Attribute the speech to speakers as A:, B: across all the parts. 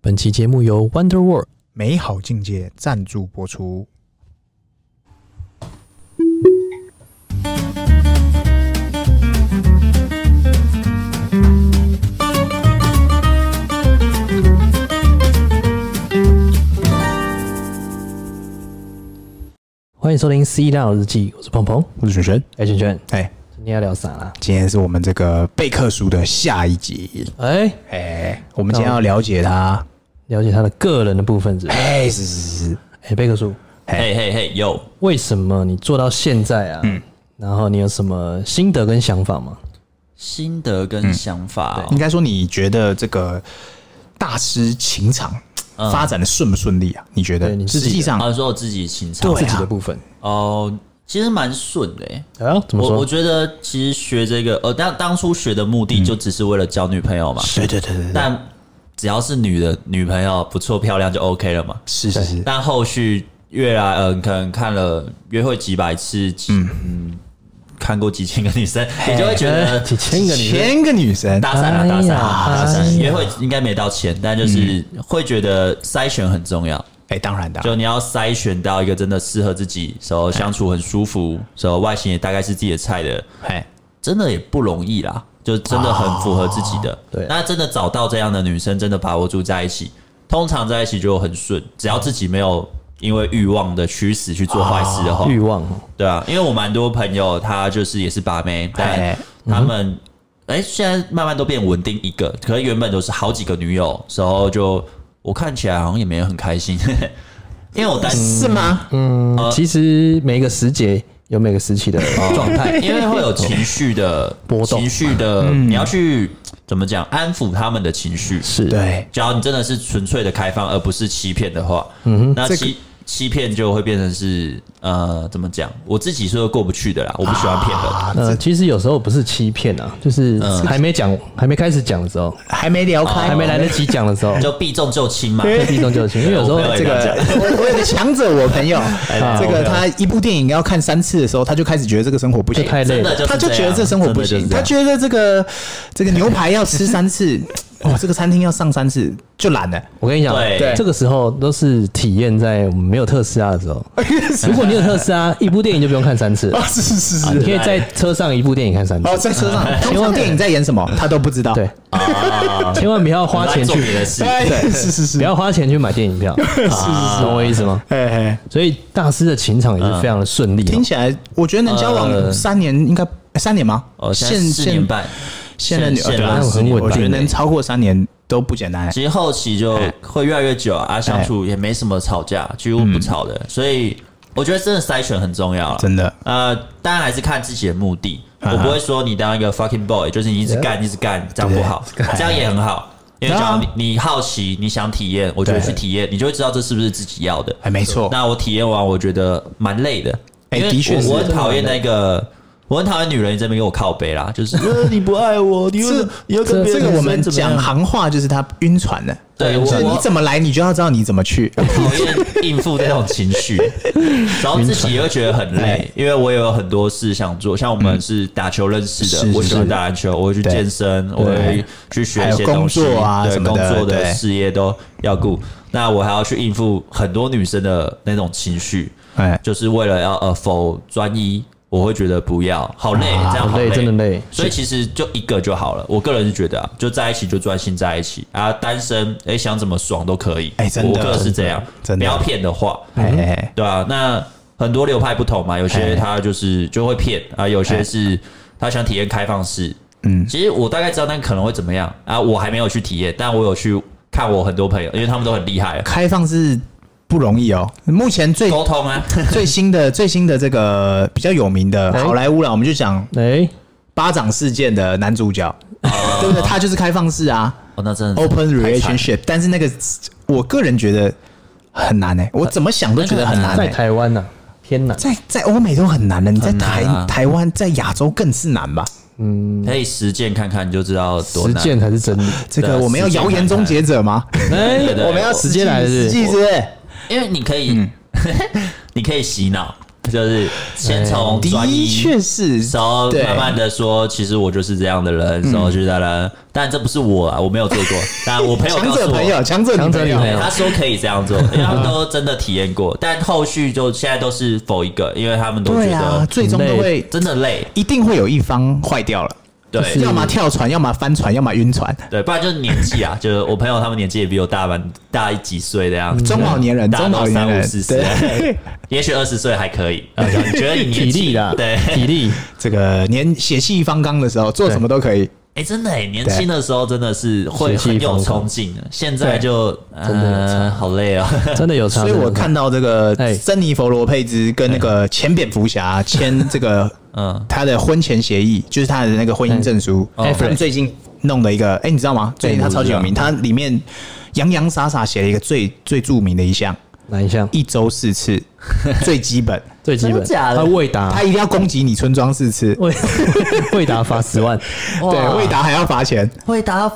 A: 本期节目由 Wonder World
B: 美好境界赞助播出。
A: 欢迎收听《C 大佬日记》，我是鹏鹏，
B: 我是璇璇，
A: 哎，圈圈，
B: 哎，
A: 今天要聊啥啊啦？
B: 今天是我们这个备课书的下一集。
A: 哎，
B: 哎，我们今天要了解他。
A: 了解他的个人的部分是吧？
B: 哎，是是是，
A: 哎，贝克叔，
C: 嘿嘿嘿，有
A: 为什么你做到现在啊？然后你有什么心得跟想法吗？
C: 心得跟想法哦、
B: 应该说你觉得这个大师情场发展的顺不顺利啊？你觉
A: 嗯对
B: 得
A: 你？自
B: 实
A: 己
B: 际上，
C: 啊，说我自己情操
A: 自己的部分，
C: 哦，其实蛮顺的欸、
A: 啊，怎么
C: 我我
A: 说？
C: 觉得其实学这个，呃，当当初学的目的就只是为了交女朋友嘛。
B: 对对对对对，
C: 但只要是女的女朋友不错漂亮就 OK 了嘛。
B: 是是是，
C: 但后续越来，嗯、可能看了约会几百次，几嗯，看过几千个女生，你就会觉得
A: 几千哎个女生
B: 前一个女生，
C: 搭讪啊，
A: 哎呀
C: 搭讪啊，搭
A: 哎
C: 讪，
A: 呀
C: 约会应该没到钱，但就是会觉得筛选很重要。
B: 哎，当然的，
C: 就你要筛选到一个真的适合自己，然后相处很舒服，然后外形也大概是自己的菜的，
B: 哎，
C: 真的也不容易啦，就真的很符合自己的。
A: 对
C: 那真的找到这样的女生，真的把握住在一起，通常在一起就很顺，只要自己没有因为欲望的驱使去做坏事的话，
A: 欲望哦，
C: 对啊，因为我蛮多朋友，他就是也是把妹，但
B: 哎
C: 他们哎、现在慢慢都变稳定一个，可是原本都是好几个女友，然后就我看起来好像也没有很开心， 因为我担心，
B: 是吗？
A: 嗯，其实每个时节有每个时期的 状 态，
C: 嗯因为会有情绪的
A: 波动
C: 情绪的、
B: 嗯
C: 你要去怎么讲安抚他们的情绪。
A: 是，
B: 对，
C: 只要你真的是纯粹的开放，而不是欺骗的话，嗯，那
B: 这
C: 欺、
B: 个
C: 欺骗就会变成是呃怎么讲？我自己是过不去的啦，我不喜欢骗人。
B: 啊
A: 呃，其实有时候不是欺骗啊，就是还没讲，还没开始讲的时候，
B: 还没聊开，
A: 啊还没来得及讲的时
B: 哦
A: 候，
C: 就避重就轻嘛。
A: 避重就轻，因为有时候
C: 我朋友也
B: 这
C: 这
B: 个
C: 样 讲
B: 我我有个强者，我 朋友，这个他一部电影要看三次的时候，他就开始觉得这个生活不
A: 就
B: 行，
A: 太累
C: 真
A: 了
C: 的。就是
B: 他就
C: 样
B: 觉得这生活不行，
C: 真的
B: 他
C: 就是
B: 觉得这个这个牛排要吃三 次，哦，这个餐厅要上三次，就懒 了。
A: 我跟你讲，
C: 对
A: 这个时候都是体验在我们没有特斯拉的时 候。如果你有特斯拉，一部电影就不用看三次了，
B: 啊是是是
A: 你
B: 是，
A: 可以在车上一部电影看三次
B: 哦，。在车 上，通常电影在演什 么，他都不知道。
A: 对，
C: 啊
A: 千万不要花钱
C: 做
A: 去
C: 别，的事，
B: 对，是是是
A: 不，要花钱去买电影票，啊懂我意思吗？
B: 哎哎，
A: 所以大师的情场也
C: 嗯
A: 是非常的顺利哦。
B: 听起来我觉得能交往
C: 呃
B: 三年应该三年吗？
C: 哦，现在
B: 现
C: 四年
B: 现
C: 半，
B: 现任女
C: 现
B: 对啊
C: 任
A: 很
C: 四年
A: 稳
B: 我
C: 半
B: 觉得
A: 定
B: 能超过三年都不简单。
C: 其实后期就
B: 哎
C: 会越来越久啊，相处也没什么吵架，几乎不吵的，所以我觉得真的筛选很重要了，
B: 嗯真的啊
C: 呃，当然还是看自己的目的，我不会说你当一个 fucking boy，就是你一直干一直干，这样不好，这样也很好。因为只要你你好奇，你想体验，我觉得
B: 对
C: 去体验，你就会知道这是不是自己要的。
B: 哎，没错，
C: 那我体验完，我觉得蛮累的。
B: 哎
C: 因为
B: 的确
C: 我
B: 是
C: 我很讨厌那个，我很讨厌女人这边给我靠背啦，就是呃你不爱我，你
B: 这
C: 又你又
B: 这
C: 跟别
B: 这
C: 的
B: 个我们
C: 女生怎么样
B: 讲行话就是他晕船了，
C: 对
B: 就是
C: 我嗯
B: 你怎么来你就要知道你怎么去，
C: 讨厌应付这种 情绪，然后自己也会觉得很累，因为我也有很多事想做，像我们是打球认识
B: 嗯是
C: 的，我喜欢打篮球，我会去
B: 对
C: 健身，我会去学一些东西，
B: 还有工作啊
C: 对
B: 什么
C: 工
B: 的
C: 作
B: 对
C: 的事业都要顾，那我还要去应付很多女生的那种情绪，
B: 哎，
C: 就是为了要呃否专一，我会觉得不要，好累，这
A: 啊
C: 样
A: 好
C: 好
A: 累，真的。累。
C: 所以其实就一个就好了，我个人是觉得啊，就在一起就专心在一起啊，单身哎、想怎么爽都可以，
B: 哎真的
C: 我个人是这样，
B: 真的真的
C: 不要骗的话，
B: 哎哎哎
C: 对啊，那很多流派不同嘛，有
B: 哎
C: 些他就是就会骗啊，有些是他想体验开放式，
B: 嗯，
C: 其实我大概知道那个可能会怎么样啊，我还没有去体验，但我有去看我很多朋友，因为他们都很厉害，啊
B: 开放是不容易哦。目前最
C: 沟通啊，
B: 最新的最新的这个比较有名的
A: 哎
B: 好莱坞了，我们就讲
A: 哎，
B: 巴掌事件的男主角，对不对？他就是开放式啊
C: 哦，那真的是
B: ，open
C: 太惨
B: relationship，但是那个我个人觉得很难
C: 呃
B: 哎，我怎么想都觉得很难
A: 在
B: 哎。
A: 台湾啊呐，偏难。
B: 在在欧美都很难了，你在
C: 欸很难
B: 台
C: 啊
B: 台湾在亚洲更是难吧？
C: 可以实践看看，你就知道多
A: 实
C: 难。
A: 践才是真理。
B: 这
C: 对
B: 个
C: 啊
B: 我们要
C: 实践
B: 谣言
C: 很
B: 终
C: 难
B: 结者吗？
A: 哎，
C: 对对
A: 我们要
C: 我
A: 直接来
B: 实
A: 是
B: 际是不是？
C: 因为你可以，你可以洗脑，就是先从专
B: 的
C: 一，
B: 确是，
C: 然后
B: 对嗯
C: 慢慢的说，其实我就是这样的人，然后就是当然，但这不是我啊，我没有做过，但我朋友告
B: 强者
C: 诉
B: 朋友，
C: 我。
B: 强者嗯
A: 强者
B: 女
A: 女朋
B: 朋
C: 对，
A: 友
B: 友，
C: 他说可以这样做，因为他们都真的体验过，但后续就现在都是否一个，因为他们都觉
B: 对啊
C: 得，
B: 最终都
A: 很累
B: 会
C: 真的累，
B: 一定会有一方坏掉了，
C: 对，嗯
A: 就是
B: 要么跳船，要么翻船，要么晕船。
C: 对，不然就是年纪啊，就是我朋友他们年纪也比我大蛮大几岁的样子，
B: 中老年人，嗯
C: 大
B: 中
C: 到
B: 老年
C: 三五
B: 人
C: 十，岁，
B: 对，
C: 也许二十岁还可以。然后 你觉得
A: 体
C: 你年
A: 力
C: 轻
A: 啦，
C: 对，
A: 体力，
B: 这个年血气方刚的时候，做什么都可以。
C: 哎，真的哎，年轻的时候真的是
A: 血
C: 会
A: 气
C: 很有
A: 方刚
C: 冲劲的，现在就
A: 真的有
C: 嗯，好累哦。
A: 真的有差。
B: 所以
A: 真的
B: 我
A: 有差
B: 看到这个
A: 哎
B: 珍妮佛罗佩兹跟那个前蝙蝠 侠签这个
C: 嗯，
B: 他的婚前协议，就是他的那个婚姻证书。
A: 哎
B: 他们最近弄了一个，哎，你知道吗？最近他超级有名，他里面洋洋洒洒写了一个最最著名的一项，
A: 哪一项
B: 一周 四次，最基本。
A: 最基
C: 真
A: 本
C: 的？假的
A: 他未达
B: 他，一定要攻击你村庄四次，
A: 未 未达罚十万，
B: 对，
C: 哇
B: 未达还要罚钱。
C: 会打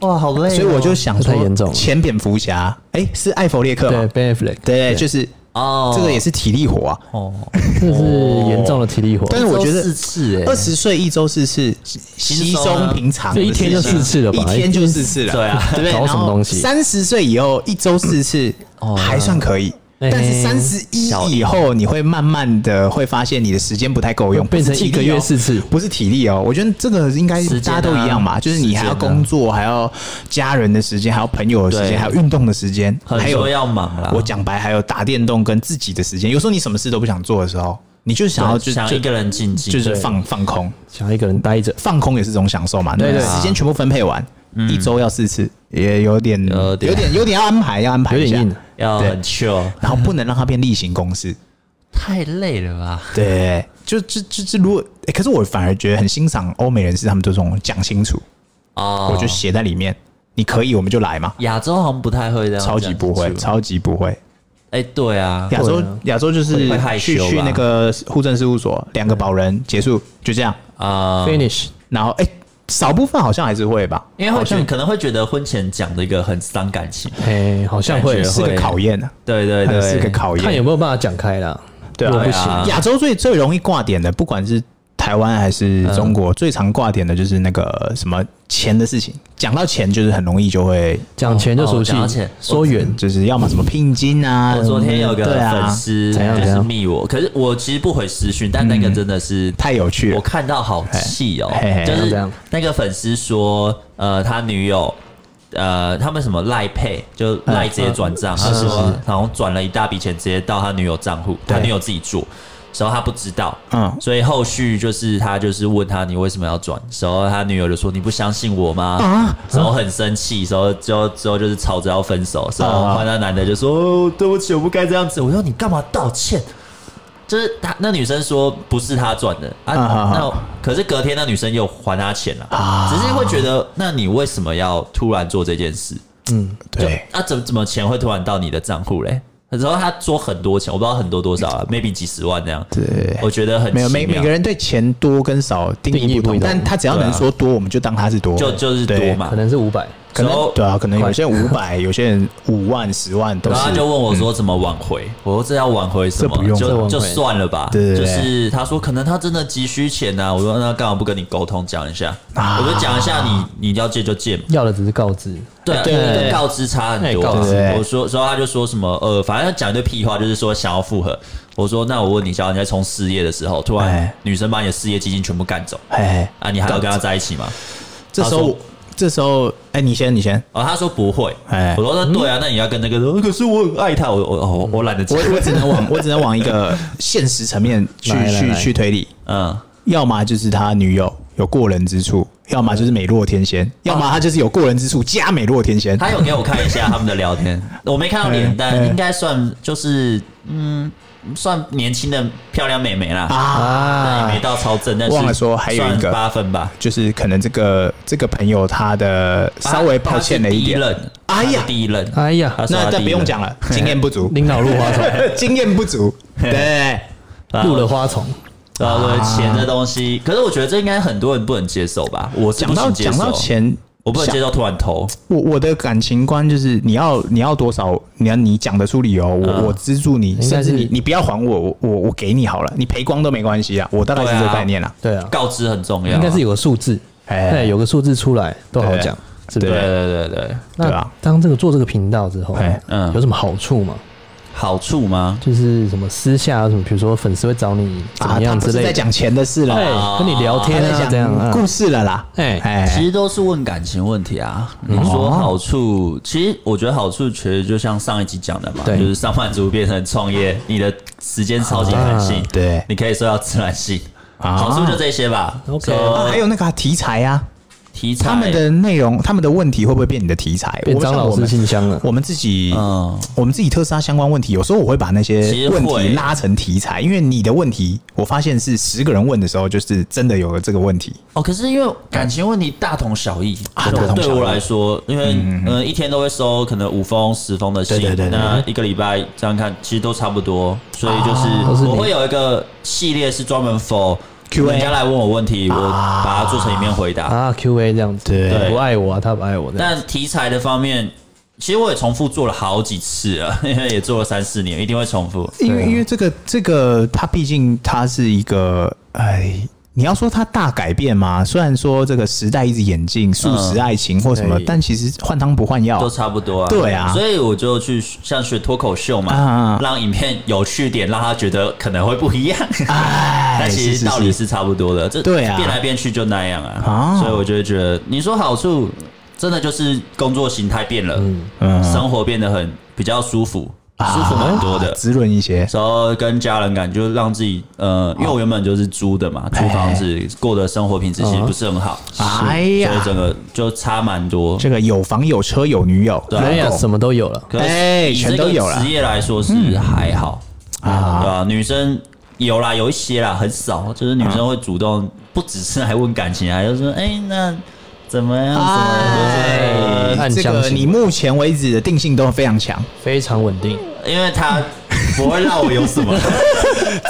C: 哇，好累哦。
B: 所以我就想
A: 哎这
B: 说
A: 太严重，了
B: 前蝙蝠侠，哎，是艾弗列克
A: 对
B: 吗？
A: ，Ben Affleck，
B: 对，就是
C: 哦，
B: 这个也是体力活啊。
C: 哦，
A: 这是严重的体力活，
B: 但是我觉得
C: 一周四次
B: 二
C: 哎，
B: 十岁一周四次，稀松平常的
A: 这
B: 事
A: 一
B: 情，
A: 天就四次了吧
B: 一天就四次了，
C: 啊对啊
B: 对不对？
A: 搞什么东西哦
B: 三十岁以后一周四次还算可以。
A: 哎
B: 但是三十一以后，你会慢慢的会发现你的时间不太够用，
A: 变成
B: 不是体
A: 一个
B: 力哦
A: 月四次
B: 不是体力哦。我觉得这个应该
C: 时间
B: 大家
C: 啊
B: 都一样吧，就是你还要
C: 时间啊
B: 工作，还要家人的时间，还有朋友的时
C: 对
B: 间，还有运动的时间，还
C: 很
B: 有
C: 多要忙啦。
B: 我讲白，还有打电动跟自己的时间。有时候你什么事都不想做的时候，你就想要就
C: 想
B: 就
C: 一个人静静，
B: 就是放放空，
A: 想要一个人待着，
B: 放空也是种享受嘛。
A: 对
B: 对
A: 对
B: 时间全部分配完，一周要四次，也有点
C: 有点
B: 有点有点要安排，要安排
A: 有
B: 一
A: 点
B: 下，
A: 硬。
C: 要
B: 对
C: 很 chill，
B: 然后不能让它变例行公事。
C: 太累了吧？
B: 对，就就就就如果，诶可是我反而觉得很欣赏欧美人士他们这种讲清楚，
C: 哦，
B: 我就写在里面，你可以我们就来嘛。
C: 亚洲好像不太会这样，
B: 超级不会，超级不会。
C: 哎，对啊，
B: 亚洲
A: 会啊
B: 亚洲就是
C: 会害
B: 去
C: 羞吧
B: 去那个户政事务所，两个保人结束就这样。
C: 啊，
A: Finish，
B: 然后哎、诶少部分好像还是会吧，
C: 因为会
B: 好
C: 觉
B: 像
C: 得可能会觉得婚前讲的一个很伤感情，
A: 哎，好像会
C: 感觉
B: 是个
C: 会
B: 考验啊，
C: 对对
B: 很
C: 对，
B: 是个考
A: 看有
B: 验。
A: 没有办法讲开啦。
B: 对啊
A: 如果不
C: 对啊
A: 行，
B: 亚洲最最容易挂点的，不管是台湾还是中
A: 嗯
B: 国，最常挂点的就是那个什么钱的事情。讲到钱，就是很容易就会，
A: 讲钱就熟悉
C: 哦讲到钱，
A: 说远
B: 就是要么什么聘金啊。
C: 我昨天有个
B: 对啊
C: 粉丝
A: 怎样
C: 就
A: 怎
C: 是
A: 样
C: 密我，可是我其实不回私讯，但那个真的是
B: 太有趣
C: 我
B: 了，
C: 看到好气哦
B: 嗯嘿嘿，
C: 就
A: 怎
C: 是
A: 样
C: 那个粉丝说，呃，他女友。呃，他们什么赖配就赖直接转账，他说好像转了一大笔钱，直接到他女友账户，他
B: 对
C: 女友自己做，然后他不知道，
B: 嗯
C: 所以后续就是他就是问他你为什么要转，然后他女友就说你不相信我吗？啊，然后很生气，然后之后之后就是吵着要分手，然后换那男的就说、哦、对不起，我不该这样子。我说你干嘛道歉？就是他那女生说不是他赚的啊，
B: 啊啊
C: 那可是隔天那女生又还他钱了、只是会觉得那你为什么要突然做这件事？
B: 对，
C: 啊，怎么怎么钱会突然到你的账户嘞？然后他说很多钱，我不知道很多多少啊，maybe 几十万这样。
B: 对
C: 我觉得很
B: 没有
C: 奇
B: 每
C: 妙
B: 每个人对钱多跟少定
A: 定义
B: 义不
A: 不
B: 同，
A: 一样
B: 但他只要能说多，我们就当他是多，
C: 就就是
B: 对
C: 多嘛
A: 可，能是五百，
B: 可
C: 然后
B: 能对啊，可能有些人五百，有些人五万、十万都
C: 然
B: 是嗯
C: 后。他啊就问我说怎么挽回，我说这要挽回什么？
B: 这不用
A: 这挽
C: 就
A: 回
C: 就算了吧。
B: 对对对
C: 就是他说可能他真的急需钱啊呐、我说那干嘛不跟你沟通讲一下？
B: 啊
C: 我就讲一下你你要借就借嘛。
A: 要的只是告知，
C: 对啊，
B: 对对对
C: 跟告知差很多。啊
A: 哎告
B: 知
C: 我说，然后他就说什么呃，反正讲一堆屁话，就是说想要复合。我说那我问你，小王你在冲事业的时候，突然
B: 哎
C: 女生把你的事业基金全部干走，
B: 哎，
C: 啊，你还要跟她在一起吗？
B: 这时
C: 他
B: 候
C: 说，
B: 这时候，哎，你先，你先，
C: 哦，他说不会。
B: 哎
C: 我说那对啊，那你要跟那个说，可是我很爱他，我我我我懒得讲
B: 我。我只能往我只能往一个现实层面去
A: 来来
B: 去
A: 来
B: 去推理，
C: 嗯，
B: 要么就是他女友有过人之处，要么就是美若天仙，要么他就是有过人之处加美若天仙。
C: 他有给我看一下他们的 聊天，我没看到
B: 哎
C: 脸，但应该算就是嗯，算年轻的漂亮妹妹啦，但也
B: 啊
C: 没，到超正，但是
B: 忘了说还有一个
C: 算八分吧，
B: 就是可能这个这个朋友他的稍微抱歉了一点
C: 他，是第任，
B: 哎呀
C: 他是第一任，
A: 哎呀
C: 他是他
B: 那但
C: 第一任
B: 不用 讲，了，经验不足，
A: 领导入花丛，
B: 经验不足，对。
C: 啊
A: 入了花丛，
C: 对啊，对钱的东西，可是我觉得这应该很多人不能接受吧，我是
B: 讲
C: 不
B: 到
C: 行接
B: 讲到
C: 受。
B: 钱，
C: 我不能接受突然投，
B: 我我的感情观就是你要你要多少，你要你讲得出理由，我、我资助你，
A: 嗯应该
B: 甚
A: 是
B: 至你你不要还我，我我我给你好了，你赔光都没关系啊，我大概是这个概念啊。
A: 对啊，
C: 告知很重要啊，
A: 应该是有个数字，
B: 哎
A: 哎，有个数字出来都好
B: 对
A: 讲，是不
C: 对啊
A: 是？
C: 对对对，
B: 对
A: 那
B: 啊
A: 当这个做这个频道之后啊
B: 哎，
C: 嗯
A: 有什么好处吗？
C: 好处吗？
A: 就是什么私下有什么，比如说粉丝会找你怎么
B: 啊，他
A: 样
B: 不
A: 之
B: 是在
A: 类的，
B: 讲钱的事了啦，
A: 哎，跟你聊
B: 他
A: 天
B: 在
A: 啊，这样
B: 讲
A: 啊
B: 故事了啦。
A: 哎
C: 其
B: 哎，
C: 实都是问感情问题啊。你说好处，其实我觉得好处其实就像上一集讲的嘛，
A: 对
C: 就是上班族变成创业，你的时间超级弹性
A: 啊，
B: 对
C: 你可以说要自然性。
B: 啊
C: 好处就这些吧。
A: OK
B: 啊还
C: So，
B: 有那个啊题材啊，
C: 题材
B: 他们的内容，他们的问题会不会变你的题材？
A: 变
B: 我
A: 张
B: 像
A: 老
B: 我
A: 师
B: 们
A: 信箱啊了。
B: 我们自己，
C: 嗯
B: 我们自己特斯拉相关问题，有时候我会把那
C: 其
B: 些
C: 实
B: 问
C: 会
B: 题拉成题材，因为你的问题，我发现是十个人问的时候，就是真的有了这个问题。
C: 哦，可是因为感情问题大同小异，
B: 啊
C: 嗯对
B: 大同
C: 对
B: 小异
C: 我来说，因为呃一天都会收可能五封十封的信
B: 对对对，对
C: 那一个礼拜这样看，其实都差不多，所以就是
A: 都是你
C: 我会有一个系列是专门 for
B: Q&A
C: 人家来问我问题，我把它做成一面回答。
A: 啊，Q&A 这样子，
B: 对
A: 不爱我啊，他不爱我这样。
C: 但题材的方面，其实我也重复做了好几次了， 因为也做了三四年，一定会重复。
B: 因为
A: 对啊
B: 因为这个这个，它毕竟它是一个，哎，你要说它大改变嘛，虽然说这个时代一直演进，素食爱情或什么，
A: 对
B: 但其实换汤不换药
C: 嗯都。差不多啊。
B: 对啊
C: 所以我就去像学脱口秀嘛，
B: 啊啊啊
C: 让影片有趣点，让他觉得可能会不一样。
B: 哎
C: 但其
B: 是
C: 实
B: 是
C: 道理
B: 是
C: 是差不多的，这
B: 对啊
C: 变来变去就那样啊。
B: 啊
C: 所以我就会觉得，你说好处真的就是工作形态变了，
B: 嗯
C: 生活变得很比较舒服，舒服蛮多的
B: 啊。滋润一些。
C: 然后跟家人感，就让自己
B: 哦
C: 呃，因为我原本就是租的嘛，租房子过的生活品质其实不是很好，
B: 哎
C: 所以
B: 呀，
C: 整个就差蛮多。
B: 这个有房有车有女友，
C: 啊
A: 哎呀，
B: logo
A: 什么都有了，
C: 可是
B: 哎
C: 以这
B: 全
C: 个
B: 都有啦嗯
C: 职业来说是还好啊，对吧？女生有啦，有一些啦，很少，就是女
B: 啊
C: 生会主动，不只是来问感情，还就说，哎，那怎么样？怎
B: 啊
C: 么样？
A: 暗
B: 这
A: 箱
B: 个
A: 型
B: 你目前为止的定性都非常强。
A: 非常稳定。
C: 就是因为他不会让我有 什么，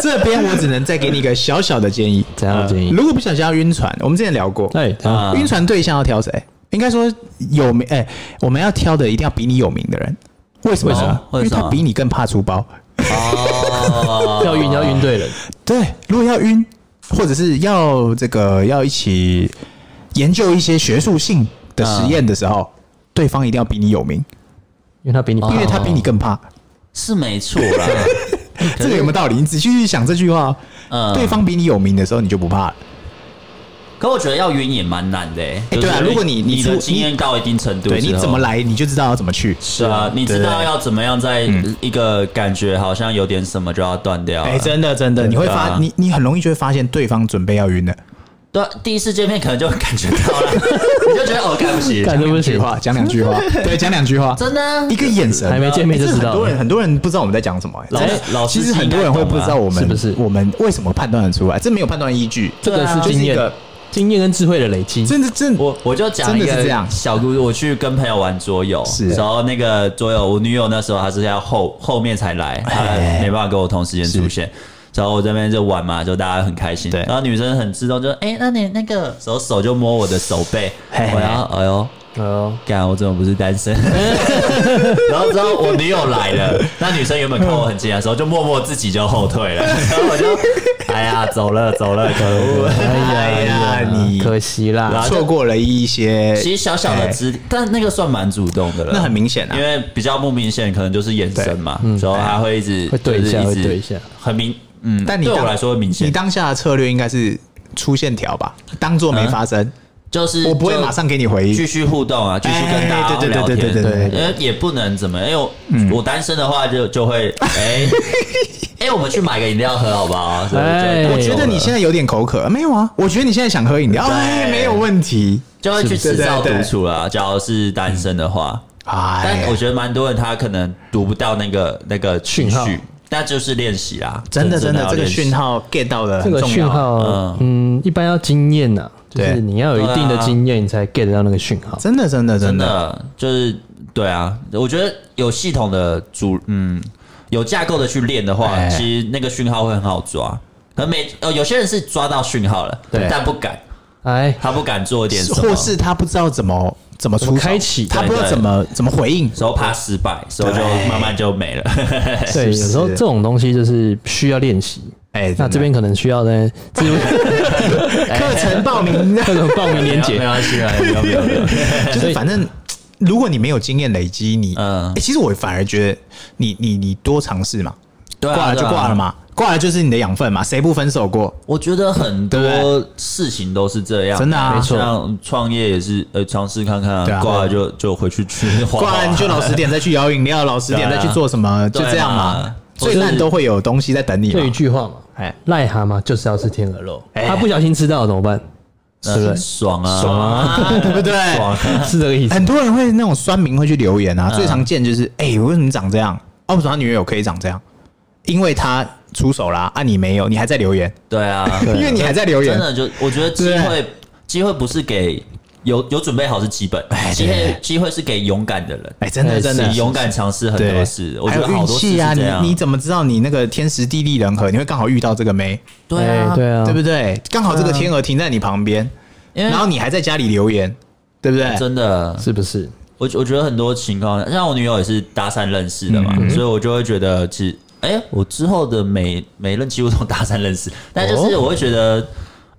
B: 这边我只能再给你一个小小的建议，呃
A: 怎样的建议
B: 如果不小心要晕船，我们之前聊过，呃
A: 哎，啊
C: 啊
B: 晕船对象要挑谁？应该说有名，哎、我们要挑的一定要比你有名的人。为什么呢？因
C: 为
B: 为
C: 什么
B: 他比你更怕出包。
C: 哦
A: 要晕要晕对人，
B: 对，如果要晕，或者是要这个要一起研究一些学术性的实验的时候，对方一定要比你有名，
A: 因为他比你，
B: 因为他比你更怕。
C: 是没错啦，
B: 嗯这个有没有道理？你仔细去想这句话，哦
C: 嗯
B: 对方比你有名的时候，你就不怕了。
C: 可我觉得要晕也蛮难的、欸。
B: 哎
C: 就是
B: 对啊如果你你
C: 你的
B: 出
C: 经验到一定程度，
B: 对，你怎么？来，你就知道要怎么去。
C: 是啊，你知道
B: 对嗯
C: 要怎么样，在一个感觉好像有点什么就要断掉了。
B: 哎、真的真的，你会
C: 对啊
B: 发你你很容易就会发现对方准备要晕了。
C: 对啊，第一次见面可能就感觉 到了，你就觉得哦，干不起，
A: 干对不
B: 一句
A: 起，
B: 话，讲两句话， 对，讲两句话，
C: 真的啊
B: 一个眼神，哎
A: 还没见面就
B: 这
A: 知
B: 很
A: 道
B: 多人
A: 了。
B: 很多人不知道我们在讲什么、哎
C: 老
B: 真的
C: 老司
B: 其
C: 机
B: 实很多人
C: 啊
B: 会不知道我们
A: 应该懂吧是不是
B: 我们为什么判断得出来，这没有判断依据，
A: 这个是
B: 啊就是
A: 经
B: 一
A: 验
B: 个，
A: 经验跟智慧的累积。
B: 真的真的
C: 啊我我就讲
B: 真
C: 一
B: 的是这
C: 个
B: 样
C: 小故事，我去跟朋友玩桌游，
B: 是
C: 然后那个桌游，我女友那时候她是要后后面才来，她
B: 哎
C: 没办法跟我同时间出现。然后我这边就玩嘛，就大家很开心。
B: 对
C: 然后女生很自动就，哎、那你那个，然后手就摸我的手背，
B: 嘿嘿
C: 我然后哎呦，
A: 哦，
C: 干，我怎么不是单身？ 然后之后我女友来了，那女生原本看我很惊讶的时候，就默默自己就后退了， 然后我就，哎呀，走了走了，可恶！
B: 哎呀，你
A: 啊可惜
C: 然
A: 啦
C: 后，
B: 错过了一些，
C: 啊其实小小的肢，但那个算蛮主动的了，
B: 那很明显啊嗯
C: 因为比较不明显，可能就是眼神嘛，然后他会一直
A: 会对一下
C: 就是
A: 会对一下
C: 很明，嗯，
B: 但你
C: 对
B: 当
C: 我来说很明
B: 你
C: 显，
B: 当下的策略应该是出线条吧，当做没发生，
C: 就是
B: 我不会
C: 嗯就
B: 马上给你回应
C: 继。续互动啊，继续跟大
B: 哎
C: 家
B: 对对
C: 聊
B: 对
C: 天，
B: 对对对对嗯
C: 因为也不能怎么，因为我我单身的话就就会哎。哎，我们去买个饮料喝好不 好？是不是
A: 哎
C: 就
B: 我觉得你现在有点口渴，没有啊？我觉得你现在想喝饮料，
C: 对
B: 哎，没有问题。
C: 就会去
B: 是
C: 制
B: 不是
C: 造
B: 对
C: 独
B: 对
C: 处啦。假如是单身的话，
B: 哎
C: 但我觉得蛮多人他可能读不到那个那个情
A: 讯号
C: 绪，那就是练习啦。
B: 真的真
C: 真
B: 的，
C: 要
B: 这个
C: 练习
B: 讯号 get 到的
A: 这
B: 很
A: 个
B: 重
A: 讯
B: 要。
A: 号，嗯，一般要经验呐，就是
B: 对啊
A: 你要有一定的经验，你才 get 到那个讯号。
B: 真的真的真
C: 真
B: 的，
C: 的就是对啊，我觉得有系统的主嗯有架构的去练的话，
B: 哎
C: 其实那个讯号会很好抓。可能每呃有些人是抓到讯号了，
B: 对
C: 但不敢。
A: 哎，
C: 他不敢做点什么，
B: 或是他不知道怎么怎么
A: 怎
B: 出
A: 么
B: 手
A: 开启
B: 他不知道
C: 对对
B: 怎么怎么回应。
C: 时候怕失败，时候就
B: 对
C: 慢慢就没了。
A: 对，有时候这种东西就是需要练习。
B: 哎，
A: 那这边可能需要呢，自由
B: 课程报名，
A: 各种报名连
C: 没
A: 接。
C: 关系啦，没有没有没有。
B: 就是反正如果你没有经验累积，你
C: 嗯
B: 嗯，其实我反而觉得你你你多尝试嘛，
C: 对啊
B: 挂了就
C: 对啊
B: 挂了嘛，挂了就是你的养分嘛，谁不分手过？
C: 我觉得很
B: 对
C: 多事情都是这样，
B: 真的啊没错
C: 像创业也是，呃，尝试看看
B: 对啊
C: 啊，挂了就就回去去画画
B: 挂了你就老十点再去摇饮料，老十点
C: 对
B: 再
C: 啊
B: 去做什么，就这样
C: 对
B: 嘛
C: 啊。
B: 最烂都会有东西在等你
A: 就一
B: 嘛。
A: 句话嘛，
B: 哎，
A: 癞蛤蟆就是要吃天鹅肉，
B: 哎
A: 他不小心吃到了怎么 办？
C: 那
A: 是不是？
C: 爽啊，
A: 爽啊
B: 对不对？
C: 爽啊！
A: 是这个意思
B: 很。多人会那种酸民会去留言啊，最常见就是哎、我为什么长这样？哦，为什么他女友可以长这样？因为他出手啦，啊，你没有，你还在留言，
C: 对啊，
B: 因为你还在留言
C: 真，的就我觉得机会，机会不是给有有准备好是基本，机会机会是给勇敢的人，
B: 哎、真的
A: 哎
B: 真
A: 是
B: 的
A: 是
C: 你勇敢尝试很多事，我
B: 还
C: 觉得
B: 有
C: 好
B: 运
C: 多事是
B: 气啊，
C: 这样
B: 你你。怎么知道你那个天时地利人和，你会刚好遇到这个妹，
C: 对啊
A: 哎，对啊
B: 对不对？刚好这个天鹅停在你旁边，
C: 因为
B: 然后哎你还在家里留言，对不对？
C: 真的，
A: 是不是？
C: 我我觉得很多情况，像我女友也是搭讪认识的嘛，
B: 嗯
C: 所以我就会觉得，其实，哎、我之后的每每任几乎都搭讪认识，但就是
B: 哦
C: 我会觉得，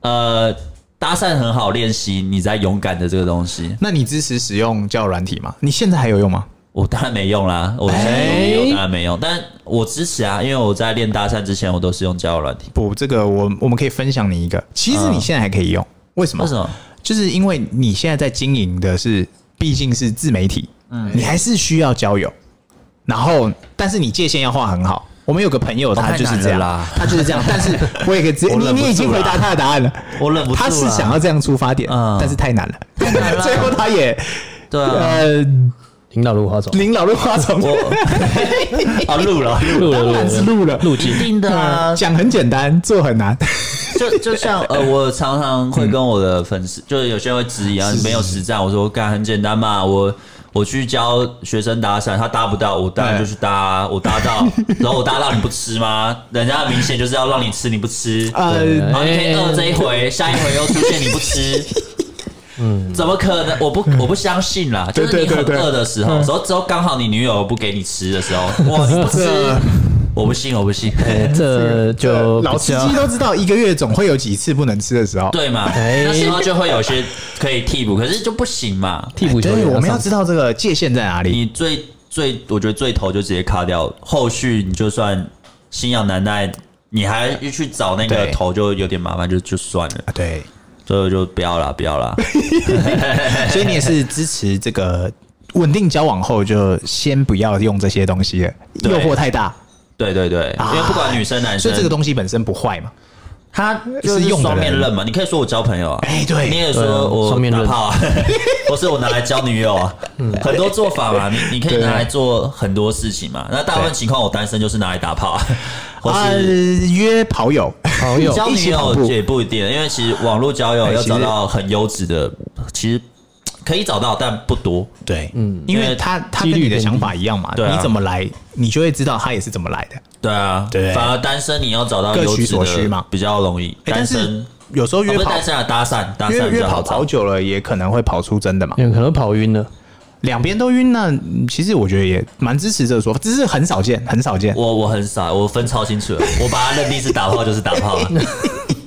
C: 呃，搭讪很好练习你在勇敢的这个东西。
B: 那你支持使用交友软体吗？你现在还有用吗？
C: 我当然没用啦，我现
B: 哎
C: 在有没有当然没用，但我支持啊，因为我在练搭讪之前，我都是用交友软体。
B: 不，这个我我们可以分享你一个，其实你现在还可以用，为什么？
C: 为什么？
B: 就是因为你现在在经营的是，毕竟是自媒体，你还是需要交友，然后但是你界限要画很好。我们有个朋友，他就是这样，
C: 哦太难了啦
B: 他就是这样。但是我也可以直接，
C: 我
B: 你
C: 忍不住
B: 你已经回答他的答案了，
C: 我忍不住啊啦
B: 他是想要这样出发点，
C: 嗯
B: 但是太难了，
C: 难了
B: 最后他也
C: 对啊，
B: 呃
A: 领导如何走？
B: 领老入花丛，
C: 我啊录了
A: 录
C: 录了，
A: 了
B: 当
A: 录
B: 然是
A: 了，
B: 录了。呃
A: 录
C: 一
A: 进
C: 定的啊，
B: 讲很简单，做很难。
C: 就就像呃，我常常
B: 嗯
C: 会跟我的粉丝，就是有些人会质疑啊，你没有实战。我说干很简单嘛，我我去教学生搭讪，他搭不到，我当然就去搭啊，我搭到，然后我搭到你不吃吗？人家明显就是要让你吃，你不吃，
B: 呃，
C: 然后你可以饿这一回，下一回又出现你不吃。嗯，怎么可能？我不，我不相信啦！就是
B: 对
C: 你
B: 对
C: 很
B: 对嗯
C: 饿的时候，然后之后刚好你女友不给你吃的时 候，哇，你不吃，
B: 啊
C: 我不信，我不信，
A: 哎这就
B: 老
A: 比
B: 司
A: 较
B: 机都知道，一个月总会有几次不能吃的时候。
C: 对嘛？
A: 哎
C: 那时候就会有些可以替补，可是就不行嘛。
A: 替补球
B: 哎对，
A: 员
B: 我们要
A: 上
B: 知道这个界限在哪里。
C: 你最最，我觉得最头就直接卡掉，后续你就算心痒难耐，你还去找那个
B: 对
C: 头，就有点麻烦，就就算了，
B: 啊，对，
C: 所以就不要啦，不要啦。
B: 所以你也是支持这个稳定交往后就先不要用这些东西了，
C: 对
B: 诱惑太大。啊
C: 对 对对，因为不管女生男
B: 所
C: 生，
B: 以这个东西本身不坏嘛。
C: 他就是
B: 是用的
C: 双面
B: 人
C: 刃嘛，你可以说我交朋友啊，
B: 哎对
C: 你也
A: 对啊
C: 说我
A: 双面刃
C: 打 炮啊，或是我拿来交女友啊，很多做法嘛，你你可以
B: 嗯对啊
C: 拿来做很多事情嘛。那大部分情况我单身就是拿来打炮 啊，或
B: 啊，
C: 是
B: 约跑友，
A: 好 友
C: 交
B: 一
C: 女
B: 起跑
C: 友
B: 步
C: 也不一定，因为其实网络交友
B: 哎
C: 要
B: 其实
C: 找到很优质的，其实可以找到，但不多。
B: 对，嗯，因
C: 因
B: 为
C: 为
B: 他他
A: 几
B: 跟
A: 率
B: 你的
A: 偏
B: 想
A: 低
B: 法一样嘛，
C: 对啊
B: 你怎么来，你就会知道他也是怎么来的。哎
C: 对啊，
B: 对
C: 反而单身你要找到
B: 各
C: 优
B: 取
C: 质
B: 所需
C: 的
B: 嘛
C: 比较容易。
B: 哎但
C: 单
B: 是
C: 身
B: 有时候
C: 哦不
B: 约
C: 是
B: 跑
C: 单，身啊，搭讪搭
B: 约
C: 讪比
B: 约
C: 较好
B: 跑跑
C: 找。
B: 久了也可能会跑出真的嘛。
A: 有可能跑晕了，
B: 两边都晕，那嗯其实我觉得也蛮支持这个说法，只是很少见，很少见。
C: 我我很傻，我分超清楚了，我把它认定是打炮就是打炮啊，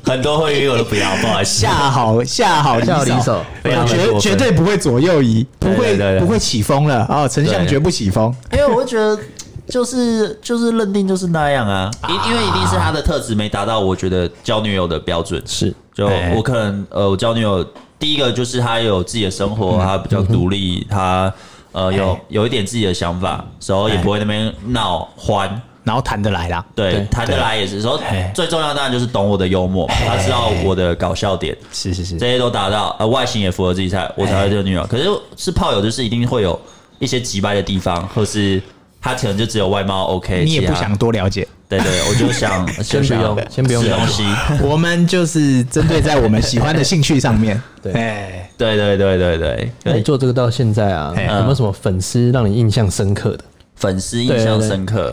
C: 很多会晕我都不要，不好意思。
B: 下好下 好
A: 下好
B: 离
A: 离手
B: 我
C: 非常的
B: 绝
C: 过分
B: 绝对不会左右移，不
C: 对
B: 会
C: 对对对
B: 不会起风了哦，丞相
C: 对
B: 绝不起风。
C: 因为我会觉得就是就是认定就是那样啊，因因为一定是他的特质没达到，我觉得交女友的标准。
A: 是
C: 就
B: 哎
C: 我可能呃，我交女友第一个就是她有自己的生活，她比较独立，她呃有有一点自己的想法，然后也不会那边闹欢。
B: 然后谈得来啦。
C: 对
A: 对，
C: 谈得来也是。然后最重要当然就是懂我的幽默嘛，他知道我的搞笑点，
B: 是是是
C: 这些都达到，呃，外形也符合自己
A: 哎
C: 才我才会这个女友。可是是炮友，就是一定会有一些急掰的地方，或是他可能就只有外貌 OK，
B: 你也
C: 其
B: 不
C: 他
B: 想多了解。
C: 对对，我 就想
A: 先不用
C: 就想
A: 先不用
C: 吃东西。
B: 我们就是针对在我们喜欢的兴趣上面。
A: 对
B: 哎，
C: 对对对对对
A: 那你
C: 对，
A: 做这个到现在啊，
B: 哎
A: 有没有什么粉丝让你印象深刻的？
C: 粉丝印象深刻。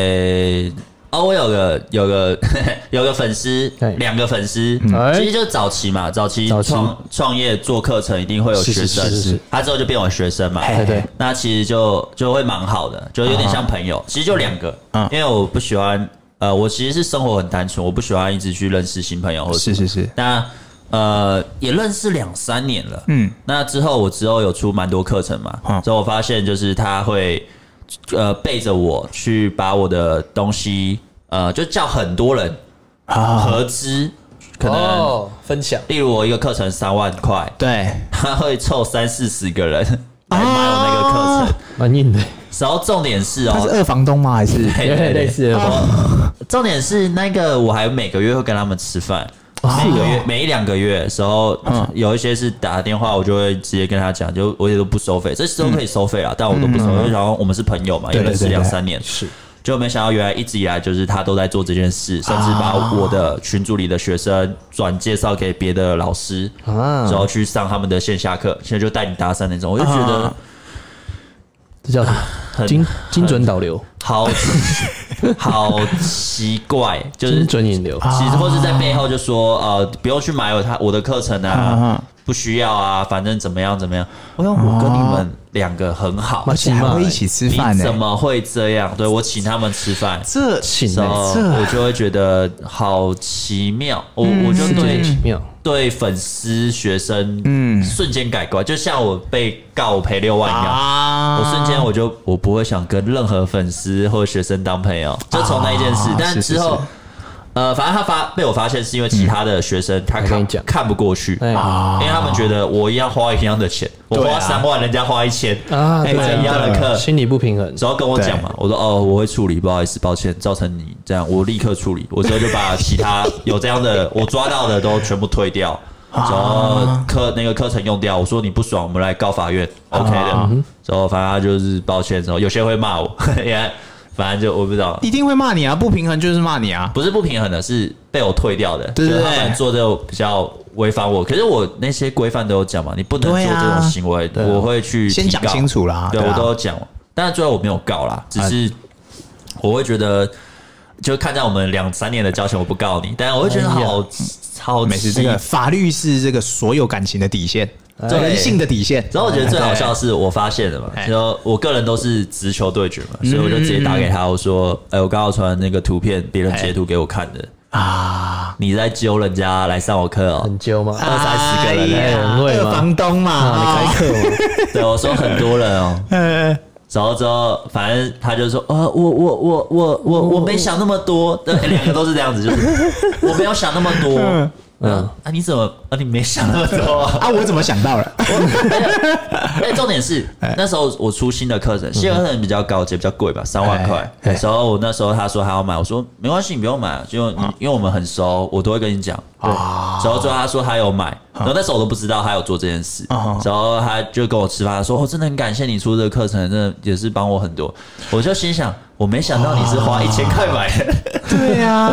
C: 诶，哦，我有个有个 有个粉丝
A: 对，
C: 两个粉丝，
A: 哎
C: 其实就是早期嘛，早期
A: 早期
C: 创创业做课程一定会有
A: 是是
C: 学
A: 是
C: 生
A: 是是，
C: 他之后就变我学生嘛，
A: 对对啊
C: 那其实就就会蛮好的，就有点像朋友，其实就两个，
B: 嗯
C: 因为我不喜欢，呃，我其实是生活很单纯，我不喜欢一直去认识新朋友或者
B: 是是是，
C: 那呃，也认识两三年了。
B: 嗯
C: 嗯，那之后我之后有出蛮多课程嘛，
B: 嗯
C: 所以我发现就是他会呃背着我去把我的东西呃，就叫很多人
B: 啊，
C: 合资，可能
A: 哦分享
C: 例如我一个课程三万块，
B: 对，
C: 他会凑三四十个人来买我那个课程。
A: 蛮硬的，
C: 然后重点是
B: 哦他是
C: 哦。
B: 二房东吗？还 是
A: 有点类似的
B: 啊
A: 吧。
C: 重点是那个，我还每个月会跟他们吃饭，每个月每一两个月的时候
B: 哦嗯，
C: 有一些是打电话，我就会直接跟他讲，就我也都不收费，这都可以收费啦，但我都不收费，然后我们是朋友嘛，
B: 嗯对
C: 也
B: 对
C: 认识
B: 对
C: 两
B: 对
C: 三年，
A: 是
C: 就没想到原来一直以来就是他都在做这件
B: 啊
C: 事，甚至把我的群组里的学生转介绍给别的老师，
A: 啊
C: 然，后去上他们的线下课，现在就带你搭讪那种，我就觉得
B: 啊
A: 这叫什么？
C: 很
A: 精精准导流，
C: 好 好奇怪，就是
A: 精准引流。
B: 啊
C: 其实或是在背后就说呃，不用去买我他我的课程
B: 嗯
C: 啊，不需要啊，反正怎么样怎么样。我想我跟你们两个很好，
A: 哇
B: 且还会一起吃饭
C: 啊
B: 欸
C: 你
B: 呢
C: 怎？么会这样？对我请他们吃饭。
B: 这
A: 请
C: 然
A: 的
C: 后
B: 这
C: 我就会觉得好奇妙，我
B: 嗯
C: 我就对
A: 奇妙，
C: 对粉丝学生，
B: 嗯
C: 嗯，瞬间改观，就像我被告我赔六万一样，
B: 啊
C: 我瞬间我就我不会想跟任何粉丝或学生当朋友，就从那一件事
B: 啊。
C: 但
B: 是是
C: 之后
B: 是，
C: 呃，反正他发被我发现是因为其他的学生他
A: 我跟你
C: 看
A: 讲
C: 看不过去，啊
A: 哎
C: 因为他们觉得我一样花一样的钱，我
B: 对啊
C: 花三万，人家花一千
A: 啊
C: 哎
A: 对
C: 这一样的课。
A: 心理不平衡
C: 只。要跟我讲嘛，我说哦，我会处理，不好意思，抱歉，造成你这样，我立刻处理。我之后就把其他有这样的 我抓到的都全部退掉，然后课那个课程用掉。我说你不爽，我们来告法院，OK 的。然后反正他就是抱歉，然后有些会骂我， 因为反正就我不知道，
B: 一定会骂你啊！不平衡就是骂你啊！
C: 不是不平衡的，是被我退掉的。
B: 对对
C: 就是
B: 对
C: 他们做这种比较违反我，可是我那些规范都有讲嘛，你不能做
B: 对啊
C: 这种行为，
A: 啊
C: 我会去
B: 先
C: 提
B: 讲
C: 告
B: 清楚啦
C: 对
B: 对啊啊
C: 我都有讲，但是最后我没有告啦，只是我会觉得。就看在我们两三年的交情，我不告你，但我会觉得
A: 哎呀
C: 好好
B: 没事，
C: 气
B: 这个法律是这个所有感情的底线，
C: 对
B: 人性的底线。
C: 哎然后我觉得最好笑的是，我发现了嘛，
B: 哎
C: 然后我个人都是直球对决嘛，所以我就直接打给
B: 嗯
C: 他，我说：“哎，我刚好传那个图片，别人截图给我看
B: 哎
C: 的，
B: 啊，
C: 你在揪人家来上我课哦。
A: 很揪吗？
C: 二三十个人
B: 哎呀
A: 很会嘛
B: 二房哦东
C: 哦
B: 嘛，
A: 开课 吗？”
C: 对，我说很多人哦。
B: 呃
C: 然后之后，反正他就说：“呃，我我我我我我没想那么多。”对，哎两个都是这样子，就是我没有想那么多。嗯，啊，你怎么啊？你没想那么多啊？
B: 啊，我怎么想到了？
C: 哎，重点是那时候我出新的课程，新的课程比较高阶，比较贵吧，三万块。
B: 嗯哎哎
C: 然后我那时候他说他要买，我说没关系，你不用买，就
B: 啊
C: 你因为我们很熟，我都会跟你讲。对，然后最后他说他有买，然后那时候我都不知道他有做这件事
B: 啊，
C: 然后他就跟我吃饭，他说哦，真的很感谢你出这个课程，真的也是帮我很多。我就心想，我没想到你是
B: 啊
C: 花一千块买的。
B: 对呀，
C: 啊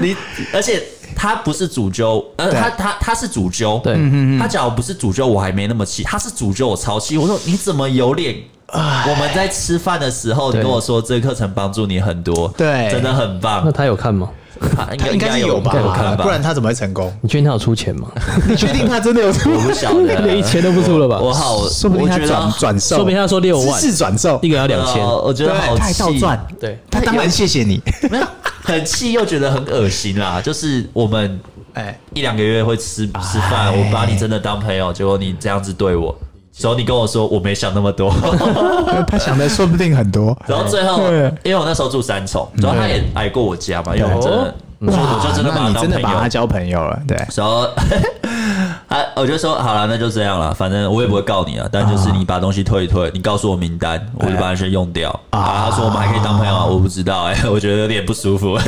C: 你而且他不是主揪，呃，
B: 对
C: 他他他是主揪，
A: 对
C: 他假如不是主揪，我还没那么气，他是主揪，我超气。我说你怎么有脸？我们在吃饭的时候，你
A: 对
C: 跟我说这个课程帮助你很多，
B: 对
C: 真的很棒
A: 那。他有看吗？
C: 他
B: 他 应该是有吧
C: 有看，吧？
B: 不然他怎么会成功？
A: 你确定他有出钱吗？
B: 你确定他真的有成
C: 我
B: 功？
C: 不晓得，啊
A: 连一千都不出了吧？
C: 我好，我
B: 说不定他
C: 觉得
B: 转
C: 好
B: 转售，
A: 说不定他说六万
B: 是转售
A: 一，个要两千，
C: 呃
B: 哦
C: 我觉得好
B: 对，太倒
C: 气
B: 赚。
A: 对，
B: 他当然谢谢你，
C: 没有很气又觉得很恶心啦。就是我们
B: 哎，
C: 一两个月会吃吃饭，我把你真的当朋友，结果你这样子对我，所以你跟我说我没想那么多，
B: 他想的说不定很多。
C: 然后最后
B: 对，
C: 因为我那时候住三重，然后他也来过我家嘛，因为我真的，我说
B: 哦哇
C: 嗯我就真的把
B: 那
C: 他
B: 你
C: 当
B: 真的
C: 朋
B: 把他
C: 友，
B: 交朋友了，对。
C: 然后他我就说好了，那就这样了，反正我也不会告你啊，但就是你把东西退一退，你告诉我名单，我就把那些用掉啊。他说我们还可以当朋友啊，我不知道哎，我觉 得有点不舒服。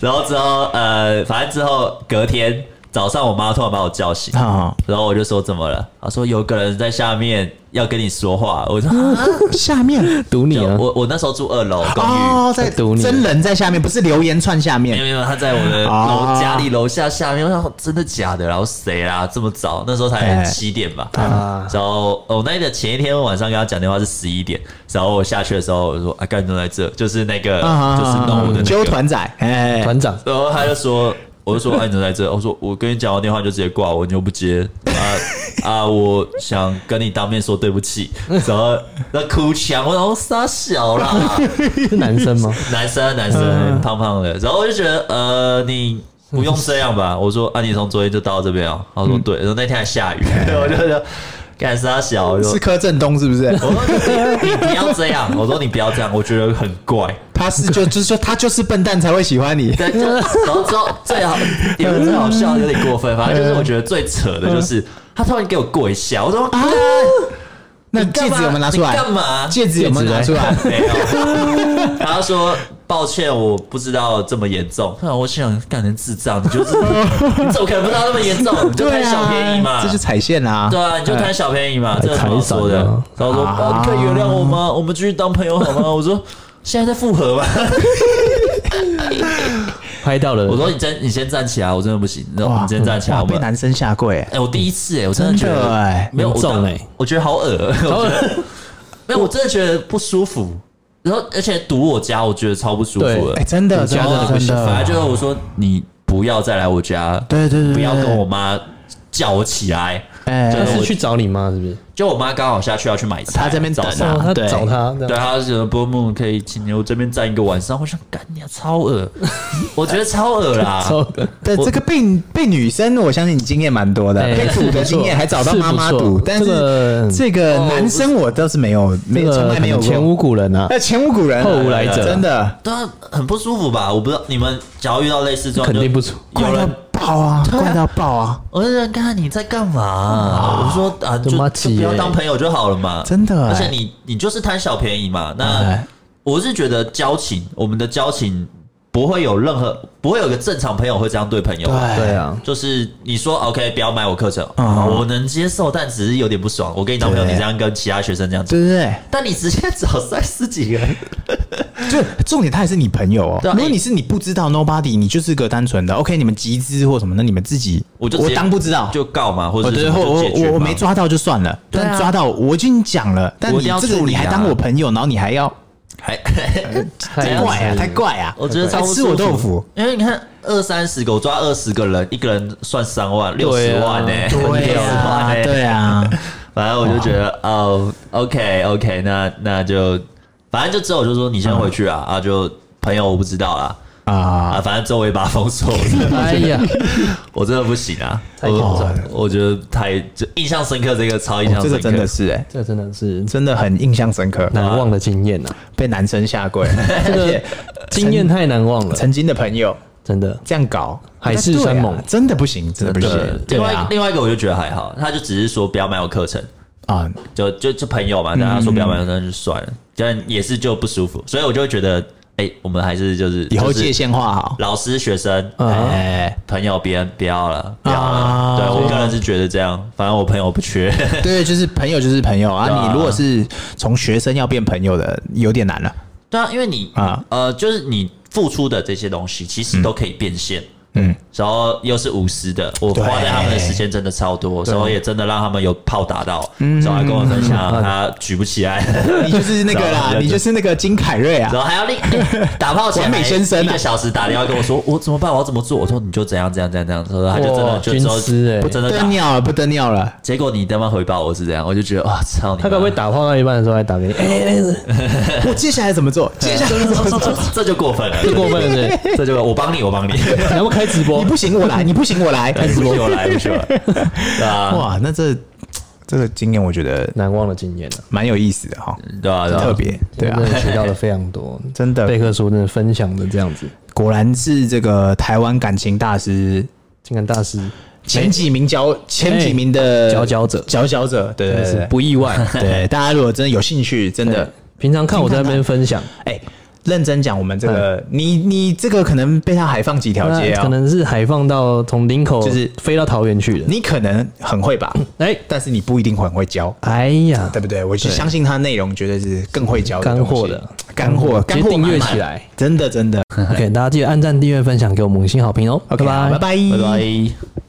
C: 然后之后呃，反正之后隔天。早上我妈突然把我叫醒，
B: 啊，
C: 然后我就说怎么了？她说有个人在下面要跟你说话。我说、啊
B: 下 面
A: 赌你
C: 就
A: 啊！
C: 我我那时候住二楼公寓。
B: 哦，在
A: 在堵你
B: 真人在下面，不是留言串下
C: 没有
B: 面
C: 没有，他在我的
B: 啊
C: 楼家里楼下下面，我想真的假的？然后谁啦？这么早？那时候
B: 哎
C: 才七点吧。
A: 啊
C: 然后哦，那一天前一天晚上跟他讲电话是十一点，然后我下去的时候我说啊，干都在这，就是那个
B: 啊
C: 就是弄我的那
B: 揪
C: 个，
B: 团仔，哎，
A: 团长，
C: 然后他就说。我就说，哎、你怎么在这？我说，我跟你讲完电话就直接挂，我你又不接啊 啊！我想跟你当面说对不起，然后那哭腔，我然后傻小啦，
A: 是男生吗？
C: 男生男生胖胖的，然后我就觉得呃，你不用这样吧。我说啊，你从昨天就到这边哦。他说对，然后那天还下雨，我就觉得干啥小，我就是
B: 柯震东是不是？
C: 我说你你不要这样，我说你不要这样，我觉得很怪。
B: 他是就就是说他就是笨蛋才会喜欢你，
C: 对，就然后之后最好 也不是最好笑，有点过分，反正就是我觉得最扯的就是他突然给我跪下，我说啊，
B: 那
C: 你干
B: 戒
C: 嘛
B: 指有没有拿出来
C: 你？干嘛？
B: 戒指有没有拿出来？
C: 没有。他说抱歉，我不知道这么严重。那我想，干人智障，你 就是你怎么可能不知道那么严重？你啊就贪小便宜嘛
B: 啊这。就踩线啦。
C: 对啊，你就贪小便宜嘛，这有什么好说的
A: 还踩伞啊？
C: 然后我说，
B: 啊
C: 啊你可以原谅我吗？我们继续当朋友好吗？我说。现在在复合吧。
A: 拍到了，
C: 我说你真，你先站起来，我真的不行。你
B: 哇，
C: 你先站起来，
B: 哇
C: 我
B: 被
C: 们。
B: 男生下跪，哎
C: 哎，我第一次哎，我真的
B: 真
C: 觉
B: 的
C: 得
B: 哎
C: 没有我
A: 很重
C: 当
A: 哎
C: 我觉得 好恶，我觉得没有，我真的觉得不舒服。然后而且堵我家，我觉得超不舒服
A: 对
C: 的
B: 哎，。真的
A: 你
B: 真
A: 家
B: 的
A: 真的不
B: 真
A: 行
B: 的，
C: 反正就是我说你不要再来我家，
B: 对对对，
C: 不要
B: 对
C: 跟我，妈叫我起来。
A: 他
B: 哎，
A: 是去找你妈是不是？
C: 就我妈刚好下去要去买菜，
B: 她在那边等啊
C: 早上。
A: 哦他
B: 对啊
A: 找他这
C: 对，
A: 样，
C: 她就说波木可以请我这边站一个晚上，我想干你、啊、超 恶，我觉得超恶啦。
A: 超
B: 对这个被被女生，我相信你经验蛮多的，
A: 哎
B: 被赌的经验还找到妈妈
A: 是不
B: 赌
A: 错，
B: 但是这
A: 这
B: 个
C: 哦
B: 男生我倒是没有，
A: 那
B: 没有从
A: 个
B: 来没有
A: 可能前
B: 过，
A: 无古人啊，
B: 哎，前无古人，
A: 后无来者
B: 真的
C: 对啊，很不舒服吧？我不知道你们假如遇到类似状况，
A: 肯定
C: 就
A: 不舒服
C: 有
B: 怪到
C: 人，
B: 爆啊，怪到爆啊，
C: 我就人看你在干嘛、我说啊，就
A: 妈
C: 就
A: 急
C: 不要
A: 耶
C: 当朋友就好了嘛。
B: 真的哎
C: 而且你你就是贪小便宜嘛。那
B: 哎
C: 我是觉得交情，我们的交情不会有任何，不会有个正常朋友会这样对朋友吧。
B: 对
A: 对啊，
C: 就是你说啊 OK，不要买我课程，
B: 嗯
C: 我能接受，但只是有点不爽。我跟你当朋友，
B: 对
C: 你这样跟其他学生这样讲，
B: 对对对。
C: 但你直接找三十几 个人，
B: 就重点，他也是你朋友哦。
C: 对啊
B: 如果你是你不知道 nobody，你就是个单纯的 OK，你们集资或什么，那你们自己，
C: 我就直
B: 我
C: 接
B: 当不知道。
C: 就告嘛，或
B: 我
C: 者是
B: 对，
C: 什
B: 或
C: 么
B: 我
C: 就解决
B: 我我
C: 嘛
B: 没抓到就算了，
C: 对啊
B: 但抓到我已经讲了，但
C: 我
B: 你
C: 一定要
B: 这个
C: 处理
B: 你还
C: 啊
B: 当我朋友，然后你还要
C: 还
A: 太
B: 太怪啊，太怪啊！
C: 我觉得
B: 还
C: 超不
B: 吃
C: 舒
B: 我
C: 服
B: 豆腐，，
C: 因为你看二三十个，我抓二十个人，一个人算三万，六十万呢、
A: 对啊
B: 对
C: 60万
B: 啊，
C: 欸
B: 对啊，
C: 反正我就觉得哦，OK OK，那那就反正就之后我就说你先回去啊、
B: 嗯
C: 啊，就朋友我不知道啦
B: 啊，
C: 啊，反正周围把他封锁，我真的
B: 嗯
A: 哎 呀，
C: 我真的不行啊，
A: 太
C: 我
A: 严重
B: 了
C: 我觉得太就印象深刻，这个超印象
B: 这
C: 深刻，
B: 个真的是哎，
A: 这真的是
B: 真的很印象深刻，
A: 难忘的经验啊，
B: 被男生下 跪，
A: 这个经验太难忘了，
B: 曾经的朋友
A: 真的。
B: 这样搞，
A: 海誓山盟
B: 对啊真的不行，真的不行，对
C: 另外
B: 啊，
C: 另外一个我就觉得还好，他就只是说不要买我课程，
B: 啊，
C: 就就就朋友嘛，大家说不
B: 嗯
C: 要买，那就算了，但也是就不舒服，所以我就会觉得，哎、我们还是就是
B: 以后
C: 就是
B: 界限画好，
C: 老师、学生、
A: 啊，
B: 哎。
C: 朋友，别人不要了，不要了。
B: 啊
C: 对我个人是觉得这样，反正我朋友不缺。
B: 对，就是朋友就是朋友
C: 对
B: 啊。
C: 啊
B: 你如果是从学生要变朋友的，有点难了。
C: 对啊，因为你
B: 啊
C: 呃，就是你付出的这些东西，其实都可以变现。
B: 嗯，
C: 然后又是无私的，我
B: 对
C: 花在他们的时间真的超多，然后也真的让他们有炮打到，
B: 嗯
C: 然后还跟我分享他举不起来，
B: 你就是 那个
C: 知
B: 啦
C: 道，
B: 你就是那个金凯瑞啊。
C: 然后还要另 打炮前
B: 完美先生啊
C: 一个小时打电话跟我说我怎么办，我要怎么做？我说你就怎样怎样怎样怎样，然后他就真
A: 哇
C: 的就之后
A: 军师欸
C: 不真
B: 不
C: 的
B: 得
C: 打。
B: 尿了，不得尿了！
C: 结果你他妈回报我是这样，我就觉得哇操你妈！
A: 他该不 会打炮到一半的时候还打给你？哎，
B: 我接下来怎么做？接下来怎么做？
C: 这就过分了，
A: 太过分了，是
C: 这就我帮你，我帮你，
A: 不是？要不开直播
B: 你？不行，我来；你不行，我 来。
C: 不是我来，不是我来，对吧？
B: 哇，那这这个经验我觉得
A: 难忘的经验啊，
B: 蛮有意思的哈，
C: 对吧？对吧
B: 特别嗯对啊
A: 真，的学到了非常多。
B: 真
A: 贝
B: 的，
A: 克叔真的分享的这样子，
B: 果然是这个台湾感情大师
A: 情感大师
B: 前几名佼前几名的
A: 佼佼者
B: 哎佼佼者，对
A: 真
B: 对
A: 的
B: 对
A: 是
B: 对，
A: 不意外，
B: 对大家如果真的有兴趣，真的
A: 对。平常看我在那边分享，
B: 哎，认真讲，我们这个你你这个可能被他海放几条街
A: 那
B: 啊
A: 可，能是海放到从林口
B: 就是
A: 飞到桃园去的。
B: 你可能很会吧，
A: 哎
B: 但是你不一定很会教。
A: 哎呀，
B: 对不对？我就相信他内容绝对是更会教的
A: 干货
B: 东西
A: 的，
B: 干货，
A: 直
B: 干
A: 接
B: 货
A: 订阅
B: 满满
A: 起来。
B: 真的真的。
A: OK，大家记得按赞、订阅、分享，给我们五星好评哦。
B: 哎 OK，好拜拜，
C: 拜拜。